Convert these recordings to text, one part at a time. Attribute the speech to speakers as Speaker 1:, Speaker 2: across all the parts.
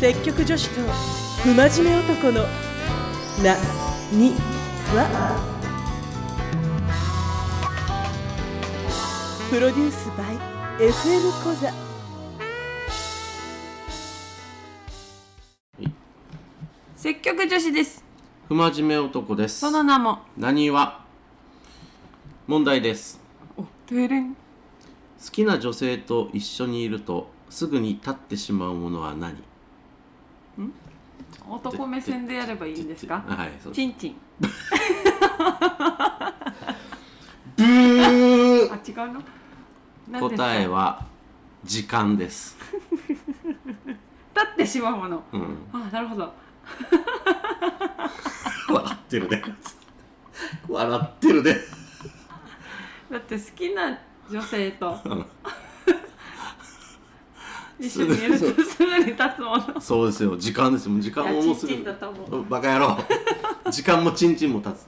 Speaker 1: 積極女子と不真面目男のなにはプロデュース by FM 小座
Speaker 2: 積極女子です
Speaker 3: 不真面目男です
Speaker 2: その名も
Speaker 3: 何は問題です
Speaker 2: おトゥルン
Speaker 3: 好きな女性と一緒にいるとすぐに立ってしまうものは何
Speaker 2: 男目線でやればいいんですか
Speaker 3: あはいそうです
Speaker 2: チンチンあ
Speaker 3: ブー
Speaker 2: 違うの何ですか
Speaker 3: 答えは時間です
Speaker 2: 立ってしまうもの
Speaker 3: うん
Speaker 2: あなるほど
Speaker 3: 笑ってるね笑ってるね
Speaker 2: だって好きな女性と
Speaker 3: ん
Speaker 2: 一緒にいるとすぐに立つもの
Speaker 3: そうですよ時間ですよもう時間
Speaker 2: い
Speaker 3: も
Speaker 2: や
Speaker 3: も
Speaker 2: チ
Speaker 3: う
Speaker 2: ン
Speaker 3: す
Speaker 2: チンだ
Speaker 3: ぐ
Speaker 2: と思う
Speaker 3: バカ野郎時間もチンチンも立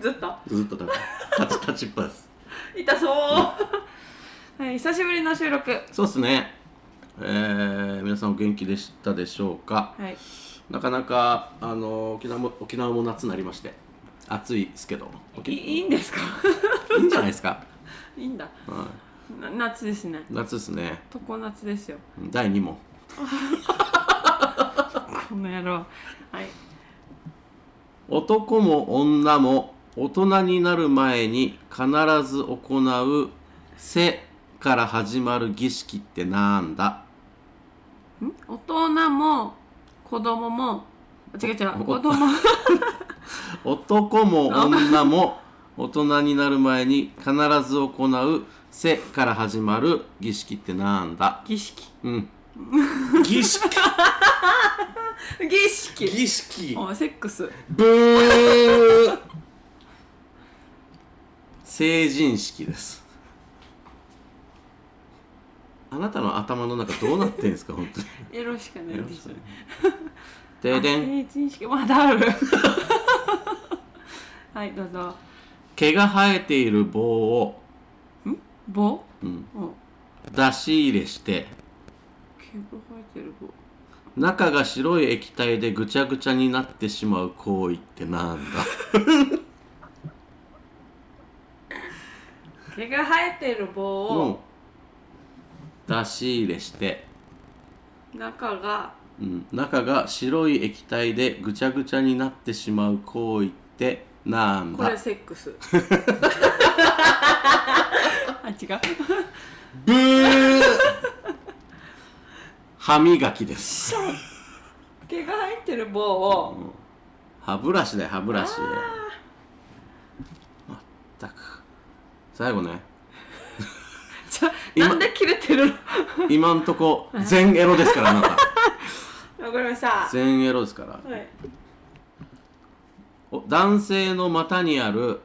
Speaker 2: ずっと
Speaker 3: つずっとだから立ち立ちっぱです
Speaker 2: 痛そうはい久しぶりの収録
Speaker 3: そうっすねえー、皆さんお元気でしたでしょうか
Speaker 2: はい
Speaker 3: なかなかあの沖縄も沖縄も夏になりまして暑いですけど
Speaker 2: い
Speaker 3: 沖
Speaker 2: いいんですか
Speaker 3: いいんじゃないですか、
Speaker 2: いいんだ
Speaker 3: は
Speaker 2: な夏ですね
Speaker 3: い、夏ですね
Speaker 2: 常夏ですよ
Speaker 3: 第2問
Speaker 2: この野郎はい
Speaker 3: 男も女も大人になる前に必ず行う「せ」から始まる儀式ってなんだ
Speaker 2: 大人も子供もあ違う違う
Speaker 3: お
Speaker 2: 子供
Speaker 3: 男も女も大人になる前に必ず行う「せ」から始まる儀式ってなんだ
Speaker 2: 儀式
Speaker 3: うん儀式
Speaker 2: 儀式
Speaker 3: 儀式
Speaker 2: おセックス
Speaker 3: ブー成人式ですあなたの頭の中どうなってんですか本当に
Speaker 2: エロしかないですよね
Speaker 3: 停電
Speaker 2: 成人式まだある はいどうぞ
Speaker 3: 毛が生えている棒を、
Speaker 2: 棒
Speaker 3: うん、
Speaker 2: お毛
Speaker 3: 出し入れして
Speaker 2: が生えてる棒
Speaker 3: 中が白い液体でぐちゃぐちゃになってしまう行為ってなんだ
Speaker 2: 毛が生えてる棒
Speaker 3: を
Speaker 2: を
Speaker 3: 出し入れして、
Speaker 2: 中が
Speaker 3: うん、中が白い液体でぐちゃぐちゃになってしまう行為ってなん
Speaker 2: こ
Speaker 3: だ
Speaker 2: れセック スあ違う
Speaker 3: ブー 歯磨きです、
Speaker 2: 毛が生えてる棒
Speaker 3: う
Speaker 2: を
Speaker 3: ん歯ブラシだよ歯ブラシまったく最後ね
Speaker 2: ちょ
Speaker 3: 今
Speaker 2: なんで切れてるの
Speaker 3: 今んとこ全エロですからあなた
Speaker 2: わかりましたは
Speaker 3: 全エロですから
Speaker 2: い
Speaker 3: お男性の股にある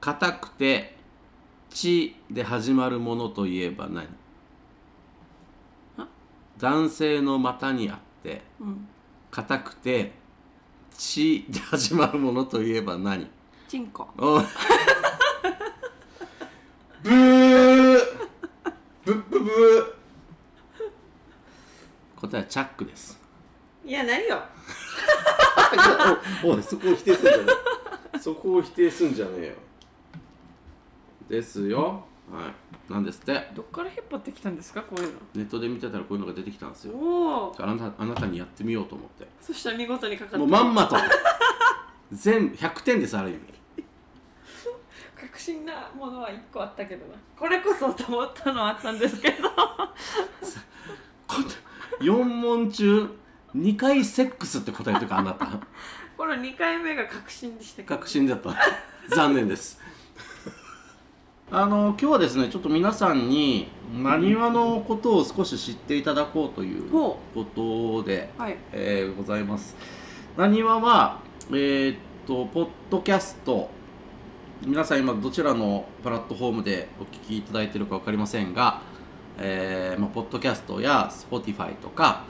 Speaker 3: 硬くて「血」で始まるものといえば何
Speaker 2: あ
Speaker 3: 男性の股にあって
Speaker 2: うん
Speaker 3: 硬くて「血」で始まるものといえば何
Speaker 2: チンコ
Speaker 3: お ブーブッブブー答えはチャックです
Speaker 2: いやないよ
Speaker 3: おおいそこを否定すんじゃねえそこを否定すんじゃねえよですよはいなんですって
Speaker 2: どっから引っ張ってきたんですかこういうの
Speaker 3: ネットで見てたらこういうのが出てきたんですよ
Speaker 2: おお
Speaker 3: あなたあなたにやってみようと思って
Speaker 2: そしたら見事にかかった
Speaker 3: もうまんまと全部100点ですある意味
Speaker 2: 確信なものは一個あったけどなこれこそと思ったのはあったんですけ ど
Speaker 3: 4問中2回セックスって答えとかあなた
Speaker 2: この2回目が確信でしたけど
Speaker 3: 確信だった残念ですあの今日はですねちょっと皆さんになにわのことを少し知っていただこうという
Speaker 2: ほ
Speaker 3: ことで、
Speaker 2: はい
Speaker 3: えーございますなにわはえーっとポッドキャスト皆さん今どちらのプラットフォームでお聞きいただいているか分かりませんが、えーまあ、ポッドキャストや Spotify とか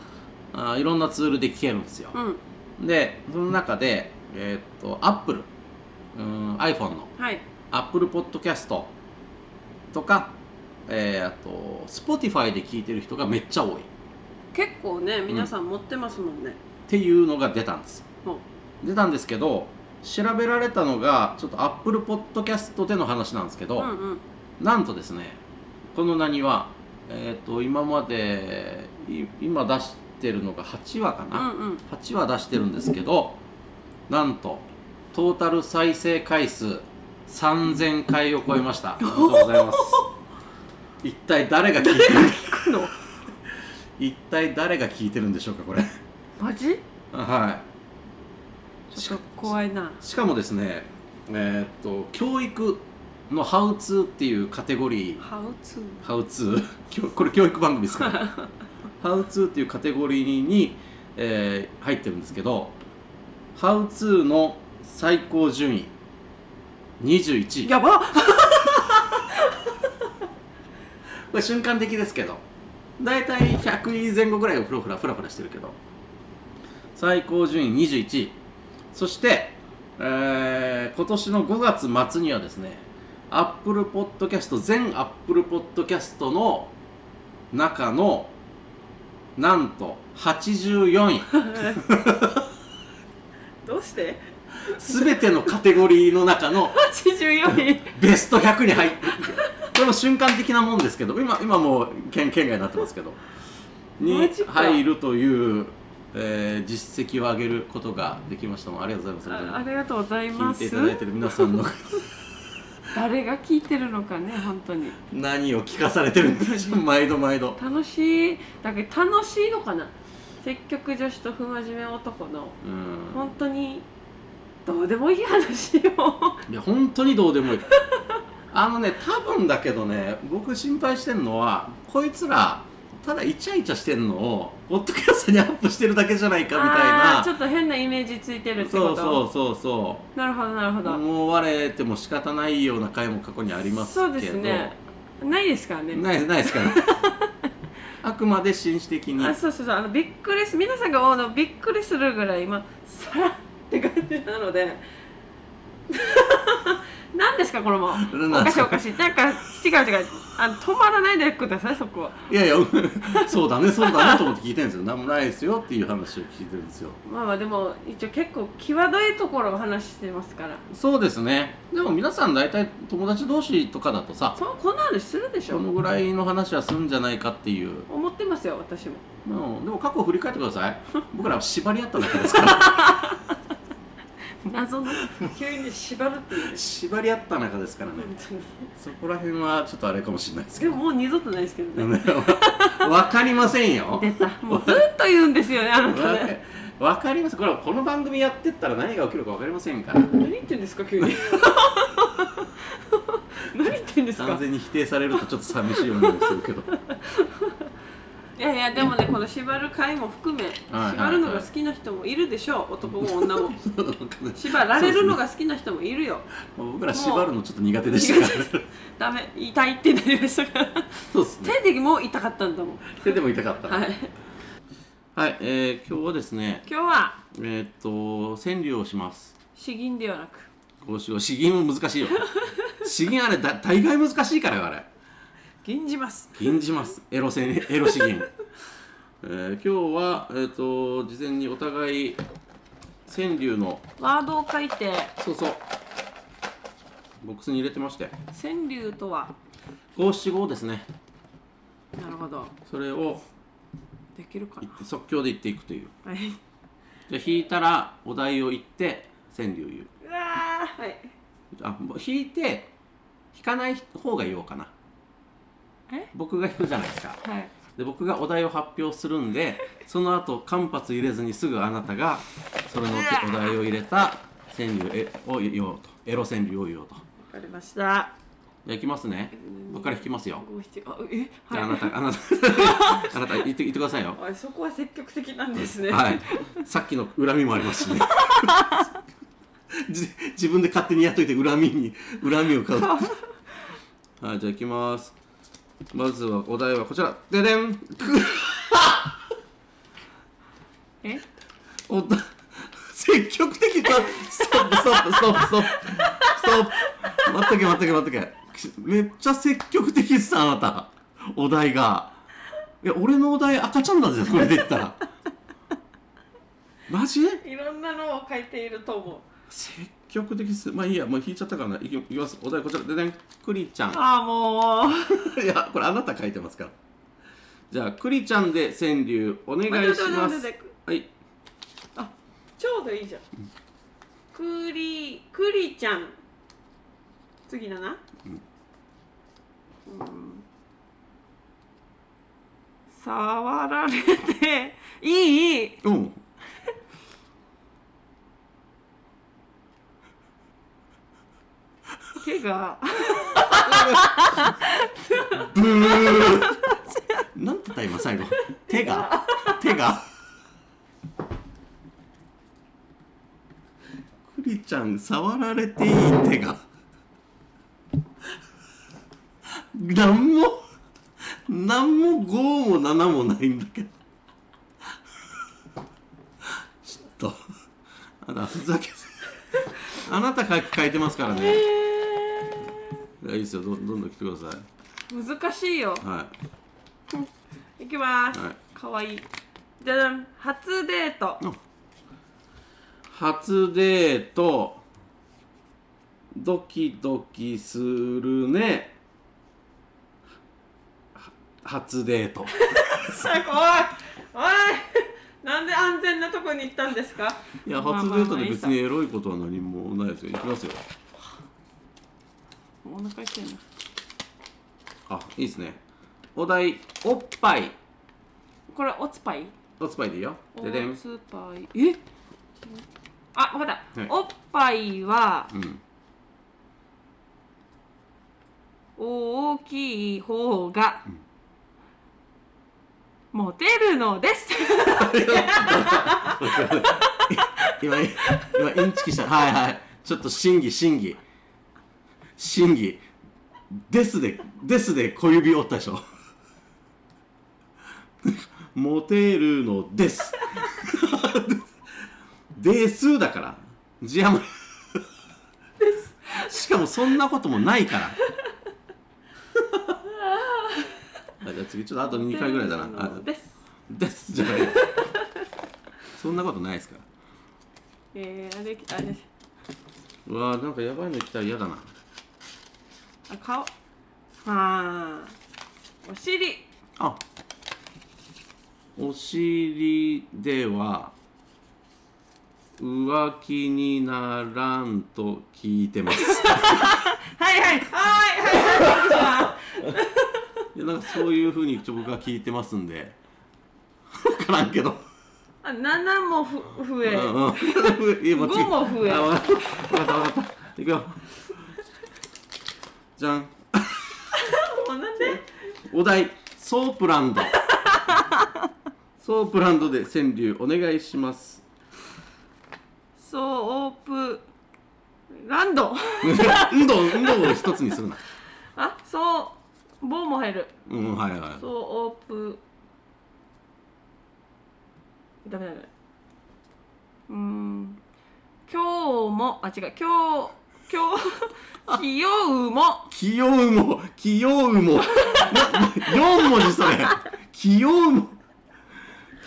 Speaker 3: あーいろんなツールで聞けるんですよ、
Speaker 2: うん
Speaker 3: でその中でえーっと Apple うーん iPhone の
Speaker 2: はい
Speaker 3: Apple Podcast とか、えーあと Spotify で聞いてる人がめっちゃ多い
Speaker 2: 結構ね皆さん持ってますもんね、
Speaker 3: ていうのが出たんです
Speaker 2: ほ
Speaker 3: 出たんですけど調べられたのがちょっとアップルポッドキャストでの話なんですけ
Speaker 2: う
Speaker 3: ど、
Speaker 2: うんうん
Speaker 3: なんとですねこの何は、えー、と今までい今出してるのが8話か
Speaker 2: う
Speaker 3: な、
Speaker 2: んうん
Speaker 3: 8話出してるんですけどなんとトータル再生回数3000回を超えましたありがとうございます一体誰が聞いてる
Speaker 2: 聞くの
Speaker 3: 一体誰が聞いてるんでしょうかこれ
Speaker 2: マジ
Speaker 3: は
Speaker 2: ちょっと怖いない
Speaker 3: しかもですねえっ、と教育の「ハウツー」っていうカテゴリー
Speaker 2: ハウツー
Speaker 3: ハウツー 教これ教育番組ですからハウツーっていうカテゴリーに、えー入ってるんですけどハウツーの最高順位21位
Speaker 2: やばっ
Speaker 3: これ瞬間的ですけど大体100位前後ぐらいがフラフラフラフラしてるけど最高順位21位そして、えー今年の5月末にはですねアップルポッドキャスト全アップルポッドキャストの中のなんと84位
Speaker 2: どうして
Speaker 3: 全てのカテゴリーの中の
Speaker 2: 84位
Speaker 3: ベスト100に入ってこれも瞬間的なもんですけど今今もう県県外になってますけどに
Speaker 2: マジか
Speaker 3: 入るという、えー実績を上げることができましたもんありがとうございます
Speaker 2: あありがとうございま
Speaker 3: 聞い
Speaker 2: す
Speaker 3: ていただいてる皆さんの
Speaker 2: 誰が聞いてるのかね本当に
Speaker 3: 何を聞かされてるんでしょう毎度毎度、
Speaker 2: 楽しいだけど楽しいのかな積極女子と不真面目男の
Speaker 3: うん、
Speaker 2: 本当にどうでもいい話を
Speaker 3: いや本当にどうでもいいあのね多分だけどね僕心配してんのはこいつらただイチャイチャしてんのをポッドキャストにアップしてるだけじゃないかみたい
Speaker 2: あー
Speaker 3: な
Speaker 2: ちょっと変なイメージついてるってこと
Speaker 3: そうそうそうそ
Speaker 2: なるほどなるほ
Speaker 3: う
Speaker 2: ど、
Speaker 3: 思われても仕方ないような回も過去にありますけど
Speaker 2: そうですねないですからね
Speaker 3: ないない ですからあくまで紳士的に
Speaker 2: あそうそうそうあのびっくりす皆さんが思うのびっくりするぐらい今さらって感じなので 何ですかこれも
Speaker 3: 何
Speaker 2: おか
Speaker 3: です
Speaker 2: しい
Speaker 3: か
Speaker 2: おかしいなんか違う違うあの止まらないでくださいそこはい
Speaker 3: やい やそうだねそうだねと思って聞いてるんですよ何もないですよっていう話を聞いてるんですよ
Speaker 2: まあまあでも一応結構際どいところを話してますから
Speaker 3: そうですねでも皆さん大体友達同士とかだとさ
Speaker 2: そうこんな話するでし
Speaker 3: こ
Speaker 2: ょ
Speaker 3: のぐらいの話はすんじゃないかっていう、
Speaker 2: 思ってますよ私も
Speaker 3: うんでも過去を振り返ってくださ い僕らは縛り合っただけですから
Speaker 2: 謎の 急に縛るっていうね
Speaker 3: 縛り合った中ですからね
Speaker 2: 本当に
Speaker 3: そこら辺はちょっとあれかもしれないですけ
Speaker 2: で
Speaker 3: ど
Speaker 2: ももう二度とないですけどね
Speaker 3: ね わかりませんよ。
Speaker 2: 出 たもうずっと言うんですよねあなた
Speaker 3: わ
Speaker 2: ね
Speaker 3: か わかります。これはこの番組やってったら何が起きるかわかりませんから。
Speaker 2: 何言ってんですか急 に何言ってんです
Speaker 3: 完
Speaker 2: か
Speaker 3: 全に否定されるとちょっと寂しい思いもするけど。
Speaker 2: いやいやでもねこの縛る会も含め
Speaker 3: はい
Speaker 2: 縛るのが好きな人もいるでしょう男も女も縛
Speaker 3: 縛
Speaker 2: られるのが好きな人もいるよ
Speaker 3: 僕ら縛るのちょっと苦手でしたから、ね。
Speaker 2: ダメ痛いってなりましたから
Speaker 3: そうですね。
Speaker 2: 手でも痛かったんだもん
Speaker 3: 手でも痛かった。
Speaker 2: はい
Speaker 3: はい、えー今日はですね、
Speaker 2: 今日は
Speaker 3: えーっと川柳をします。
Speaker 2: 詩吟ではなく
Speaker 3: こうしよう。詩吟も難しいよ。 詩吟あれだ大概難しいからよあれ。
Speaker 2: 吟じます
Speaker 3: 禁じますエロせんエロ資源、えー今日は、えー、と事前にお互い川柳の
Speaker 2: ワードを書いて
Speaker 3: そうそうボックスに入れてまして
Speaker 2: 川柳とは
Speaker 3: 五七五ですね
Speaker 2: なるほど
Speaker 3: それを
Speaker 2: できるか
Speaker 3: 言
Speaker 2: な
Speaker 3: って即興で言っていくという
Speaker 2: はい
Speaker 3: じゃあ引いたらお題を言って川柳を言う
Speaker 2: うわーはい
Speaker 3: あもう引いて引かない方が言おうかな
Speaker 2: え
Speaker 3: 僕が引くじゃないですか
Speaker 2: はい
Speaker 3: で僕がお題を発表するんでその後間髪入れずにすぐあなたがそれのお題を入れた川柳えを言おうとエロ川柳を言おうと
Speaker 2: わかりました
Speaker 3: じゃあいきますね僕から引きますよ
Speaker 2: 五七あえ
Speaker 3: じ
Speaker 2: はい
Speaker 3: ゃああなたあなた あなた言って言ってくださいよ
Speaker 2: あそこは積極的なんですね、
Speaker 3: はいさっきの恨みもありますしねじ自分で勝手にやっといて恨みに恨みを買うはいじゃあいきますまずはお題はこちらででん
Speaker 2: え
Speaker 3: おっと積極的だストップストップストップストップストップ待っとけ待っとけ待っとけめっちゃ積極的っすあなたお題がいや俺のお題赤ちゃんだぜこれで言ったらマジ
Speaker 2: いろんなのを書いていると思う
Speaker 3: 積極的ですまあいいやもう引いちゃったからないきいきますお題こちらでねクリちゃん
Speaker 2: ああもう
Speaker 3: いやこれあなた書いてますからじゃあクリちゃんで川柳お願いしま
Speaker 2: 待って待って待っ
Speaker 3: す
Speaker 2: て
Speaker 3: はい
Speaker 2: ちょうどいいじゃんくりくりちゃん次だなうん触られていいいい
Speaker 3: うん
Speaker 2: 手が
Speaker 3: ブーなんて言った今最後手が手がクリちゃん触られていい手がなんもなんも5も7もないんだけどちょっとあらふざけあなた書き書いてますからねいやいいですよどんどんどん来てくださ
Speaker 2: 難しいよ
Speaker 3: いはい
Speaker 2: きます、
Speaker 3: はい
Speaker 2: かわいいじゃじゃん初デー ト
Speaker 3: 初デートドキドキするねは初デート
Speaker 2: おいおいなんで安全なとこに行ったんですか
Speaker 3: いや
Speaker 2: まあ
Speaker 3: 初デ
Speaker 2: まあ
Speaker 3: ートで別にエロいことは何もないですよいきますよ
Speaker 2: お腹痛いな
Speaker 3: あいいですねお題おっぱい
Speaker 2: これおつぱい
Speaker 3: おっぱいでいいよ
Speaker 2: お
Speaker 3: ででん
Speaker 2: つぱいえあわかった、
Speaker 3: はい
Speaker 2: おっぱいは
Speaker 3: うん
Speaker 2: 大きい方が、モテるのです
Speaker 3: 今今インチキしたはいはいちょっと審議審議審議ですでですで小指折ったでしょモテるのですですだから字余りしかもそんなこともないからはいじゃあ次ちょっとあと2回ぐらいだなあ
Speaker 2: です
Speaker 3: ですじゃないそんなことないですから
Speaker 2: えー、あれあれです
Speaker 3: うわーなんかやばいの来たら嫌だな
Speaker 2: あ顔はあお尻
Speaker 3: あお尻では浮気にならんと聞いてます
Speaker 2: はいはいはいはいはい
Speaker 3: やなんかそういうふうに一応僕は聞いてますんで分からんけど
Speaker 2: いはい7もふ増え
Speaker 3: うんうんいや間違
Speaker 2: 五
Speaker 3: え
Speaker 2: も増え
Speaker 3: あわかったわかったわかったいくよじゃん
Speaker 2: もうなんで
Speaker 3: お題ソープ ランドソープランドで川柳お願いします
Speaker 2: ソープランド
Speaker 3: 運動運動を一つにするな。
Speaker 2: あそう棒も入る
Speaker 3: うんはいは
Speaker 2: そうオープダメダメうーん今日もあ違う今日今日気負うも
Speaker 3: い。気負うも気負うも。な四文字それ。気負うも。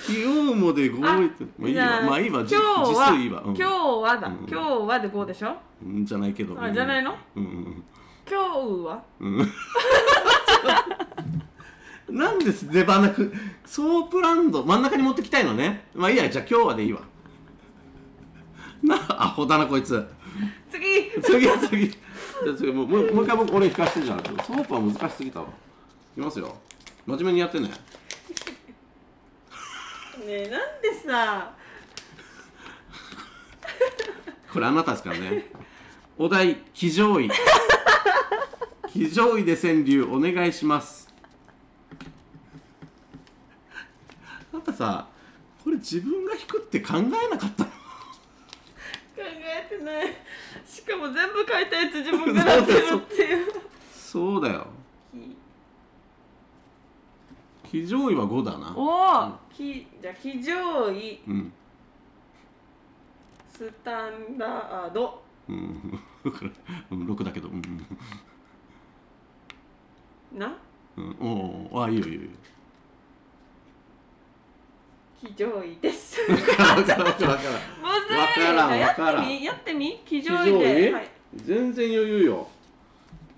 Speaker 3: 気負うもで五
Speaker 2: あ
Speaker 3: いって。まあいいわ
Speaker 2: じゃあ
Speaker 3: まあいいわ。
Speaker 2: 今
Speaker 3: じ
Speaker 2: 日
Speaker 3: 字
Speaker 2: は
Speaker 3: 数いいわ。うん
Speaker 2: 今日はだ、
Speaker 3: うん
Speaker 2: 今日はで5でしょ
Speaker 3: うんじゃないけど。
Speaker 2: あじゃない
Speaker 3: の。
Speaker 2: の
Speaker 3: うん
Speaker 2: 今日は
Speaker 3: うんうん。なんです出花くソープランド真ん中に持ってきたいのね。まあいいやじゃあ今日はでいいわ。なアホだなこいつ。
Speaker 2: 次
Speaker 3: 次次じゃあ次もうもうもう一回僕俺弾かせてじゃんソープは難しすぎたわいきますよ真面目にやってね
Speaker 2: ねえなんでさ
Speaker 3: これあなたですからねお題「騎乗位」「騎乗位」で川柳お願いしますあなたさこれ自分が弾くって考えなかったの
Speaker 2: 考えてないしかも全部書いたやつ自分がなってるっていう
Speaker 3: そうだよ騎乗位は5だな
Speaker 2: おお、きじゃあ非常位
Speaker 3: うん
Speaker 2: スタンダード
Speaker 3: うん だからうん6だけどうんうん
Speaker 2: な
Speaker 3: うん、おうおうあいいよいいよいいよ
Speaker 2: 気上位です。
Speaker 3: わからんわからんわ
Speaker 2: む
Speaker 3: からん
Speaker 2: ずい
Speaker 3: わからん
Speaker 2: や
Speaker 3: わ
Speaker 2: っ
Speaker 3: から
Speaker 2: て
Speaker 3: ん
Speaker 2: みやってみ気
Speaker 3: 気
Speaker 2: 上位で、はい、
Speaker 3: 全然余裕よ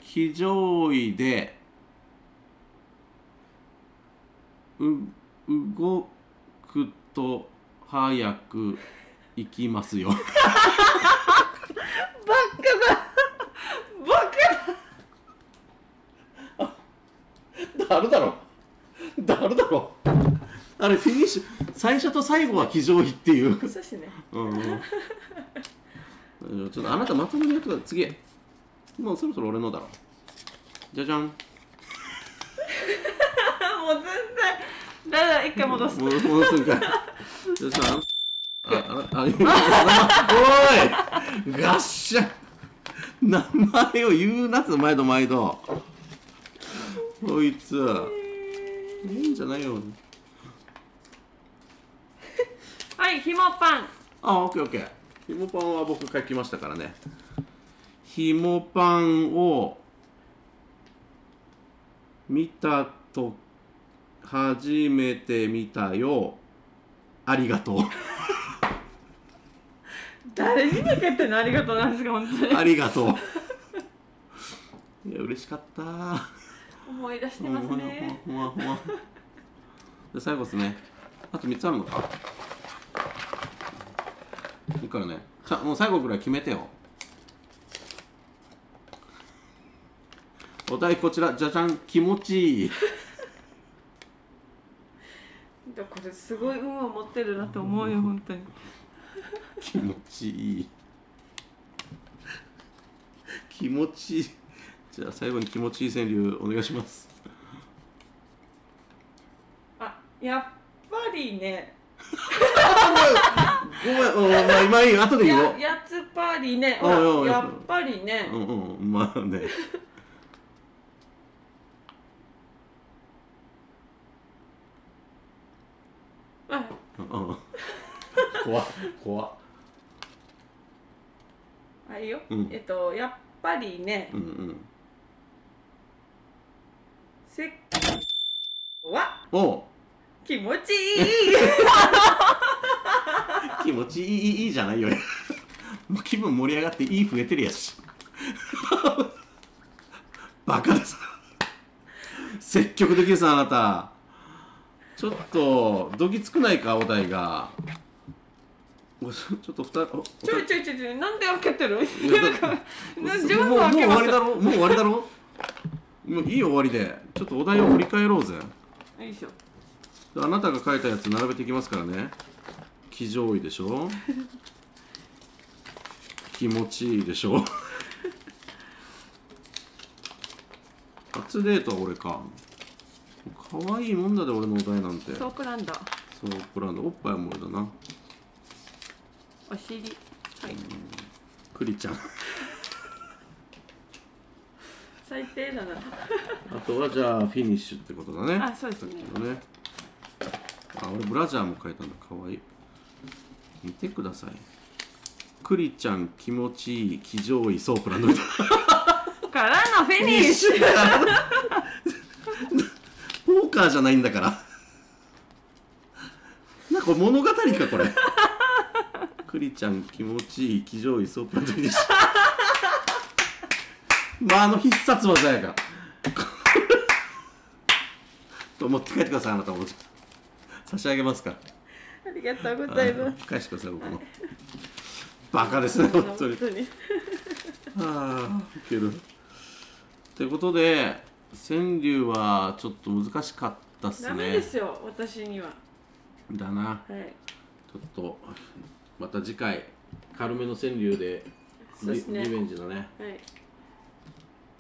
Speaker 3: 気上位でう動くと早く行きます よ
Speaker 2: バカだバカだ
Speaker 3: だるだろだるだろあれフィニッシュ最初と最後は気上位って いう
Speaker 2: そうですね
Speaker 3: うんちょっとあなたまともにやってください次もうそろそろ俺のだろじゃじゃん
Speaker 2: もう全然だだ一回戻す、
Speaker 3: もう戻すんかい。じゃあさ、あ、あ、あ、あ、おいガッシャ名前を言うなって、毎度毎度。こいつ。いいんじゃないよ。
Speaker 2: はいひもパン
Speaker 3: あ、オッケーオッケー。ひもパンは僕書きましたからね。ひもパンを見たと、初めて見たよ。ありがとう。
Speaker 2: 誰に向けてのありがとうなんですか本当に
Speaker 3: ありがとう。いや、嬉しかった。
Speaker 2: 思い出して
Speaker 3: ほ
Speaker 2: ま
Speaker 3: わ
Speaker 2: す
Speaker 3: ほわ
Speaker 2: ね
Speaker 3: ほわほわ。で、最後ですね。あと三つあるのか。いいからね。さもう最後ぐらい決めてよ。お題こちら、じゃじゃん、気持ちいい。
Speaker 2: でもこれすごい運を持ってるなと思うよ本当に
Speaker 3: 気持ちいい。気持ちいい。じゃあ最後に気持ちいい川柳お願いします。
Speaker 2: あやっぱりね
Speaker 3: ごめん、うん、まあ、今いいよ、後で言おう
Speaker 2: や。やつぱりね
Speaker 3: おいおいお
Speaker 2: ほ
Speaker 3: い
Speaker 2: らやっぱりね、
Speaker 3: うんうんまあ ね
Speaker 2: あ
Speaker 3: うん怖っ怖っ
Speaker 2: あいいよ、
Speaker 3: うん
Speaker 2: えっとやっぱりね、
Speaker 3: うんうん
Speaker 2: せっは
Speaker 3: おう
Speaker 2: 気持ちいい
Speaker 3: 気持ちいいいいいいじゃないよもう気分盛り上がっていい増えてるやしバカださ積極的ですあなたちょっとどぎつくないかお題がおちょちょっとふたおお
Speaker 2: ちょいちょいちょいちょいなんで開けてる
Speaker 3: いやだ
Speaker 2: な
Speaker 3: もう
Speaker 2: 自分
Speaker 3: もう
Speaker 2: も開け
Speaker 3: もう終
Speaker 2: ま
Speaker 3: わ
Speaker 2: す
Speaker 3: りだろもう終わりだろもういいよ終わりでちょっとお題を振り返ろうぜ
Speaker 2: よいしょ
Speaker 3: あなたが書いたやつ並べていきますからね気上位でしょ気持ちいいでしょ 初デートは俺か可愛いもんだで俺のお題なんて
Speaker 2: ソープランド
Speaker 3: そうプランドおっぱいはもう俺だな
Speaker 2: お尻はい
Speaker 3: クリちゃん
Speaker 2: 最低だな
Speaker 3: あとはじゃあフィニッシュってことだね
Speaker 2: あそうですね
Speaker 3: さっきのねあ俺ブラジャーも書いたんだ可愛い見てくださいクリちゃん気持ちいい気上位ソープランドみたいな
Speaker 2: からのフィニッシュ
Speaker 3: ポーカーじゃないんだから。なんか物語かこれ。クリちゃん気持ちいい気上位ソープランドフィニッシュ。まああの必殺技やが。と持って帰ってくださいあなたも。差し上げますから。
Speaker 2: ありがとうござい
Speaker 3: は
Speaker 2: ま
Speaker 3: い
Speaker 2: す
Speaker 3: 返してください僕の。バカですね本当に。
Speaker 2: に
Speaker 3: はあ、いける。ということで、川柳はちょっと難しかったっすね。
Speaker 2: ダメですよ私には
Speaker 3: だな。
Speaker 2: はい
Speaker 3: ちょっと、また次回、軽めの川柳で、
Speaker 2: そうですね
Speaker 3: リリベンジだね。
Speaker 2: はい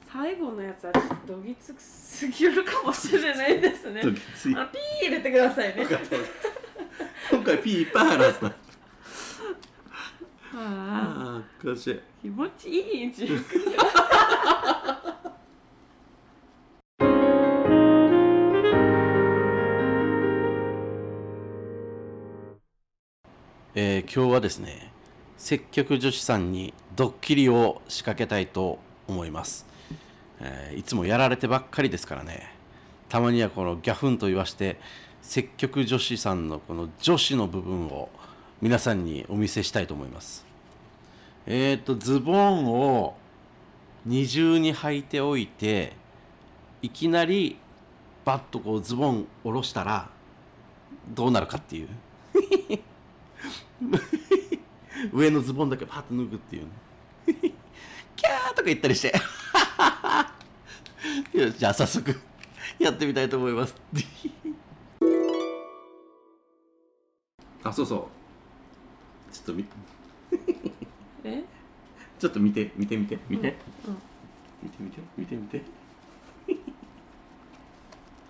Speaker 2: 最後のやつはちょっとどぎつくすぎるかもしれないですね
Speaker 3: ちょっときつい
Speaker 2: あピー入れてくださいね
Speaker 3: 今回ピーいっぱいあるさ。
Speaker 2: ああ
Speaker 3: ああ、悔しい。
Speaker 2: 気持ちいいじ
Speaker 3: えー今日はですね接客女子さんにドッキリを仕掛けたいと思います、えーいつもやられてばっかりですからねたまにはこのギャフンと言わして、積極女子さんのこの女子の部分を皆さんにお見せしたいと思いますえっ、とズボンを二重に履いておいていきなりバッとこうズボン下ろしたらどうなるかっていう上のズボンだけパッと脱ぐっていうね キャーとか言ったりして よしじゃあ早速やってみたいと思います あそうそうちょっとみ
Speaker 2: え
Speaker 3: ちょっと見て見て見て見て、
Speaker 2: うんうん
Speaker 3: 見て見て見て見て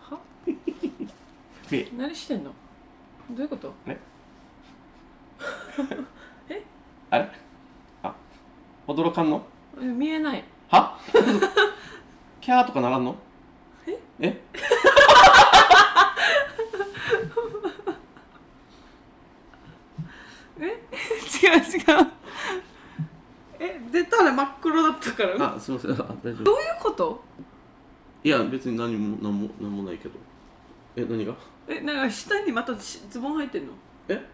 Speaker 2: は
Speaker 3: 見て
Speaker 2: 何してんのどういうこと
Speaker 3: ね
Speaker 2: え
Speaker 3: あれあ驚かんの
Speaker 2: え見えない
Speaker 3: は キャーとかならんのええ
Speaker 2: え 違う違うえ出たら真っ黒だったからど
Speaker 3: あすいませんあ 大丈
Speaker 2: う
Speaker 3: 夫
Speaker 2: いうこと
Speaker 3: いや別に何も何も何もないけどえ何が
Speaker 2: えなんか下にまたしズボン入ってんの
Speaker 3: え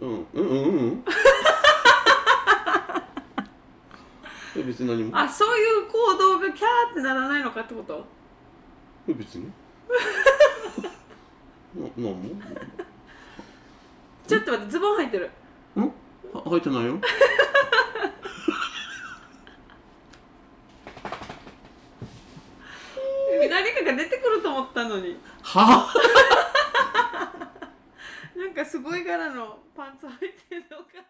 Speaker 3: うんうんうんうんうん え別に何も
Speaker 2: あそういう行動がキャーってならないのかってこと
Speaker 3: え別に な何も
Speaker 2: ちょっと待ってズボン入ってる
Speaker 3: んは入ってないよ
Speaker 2: え何かが出てくると思ったのに
Speaker 3: は
Speaker 2: なんかすごい柄のパンツ履いてるのか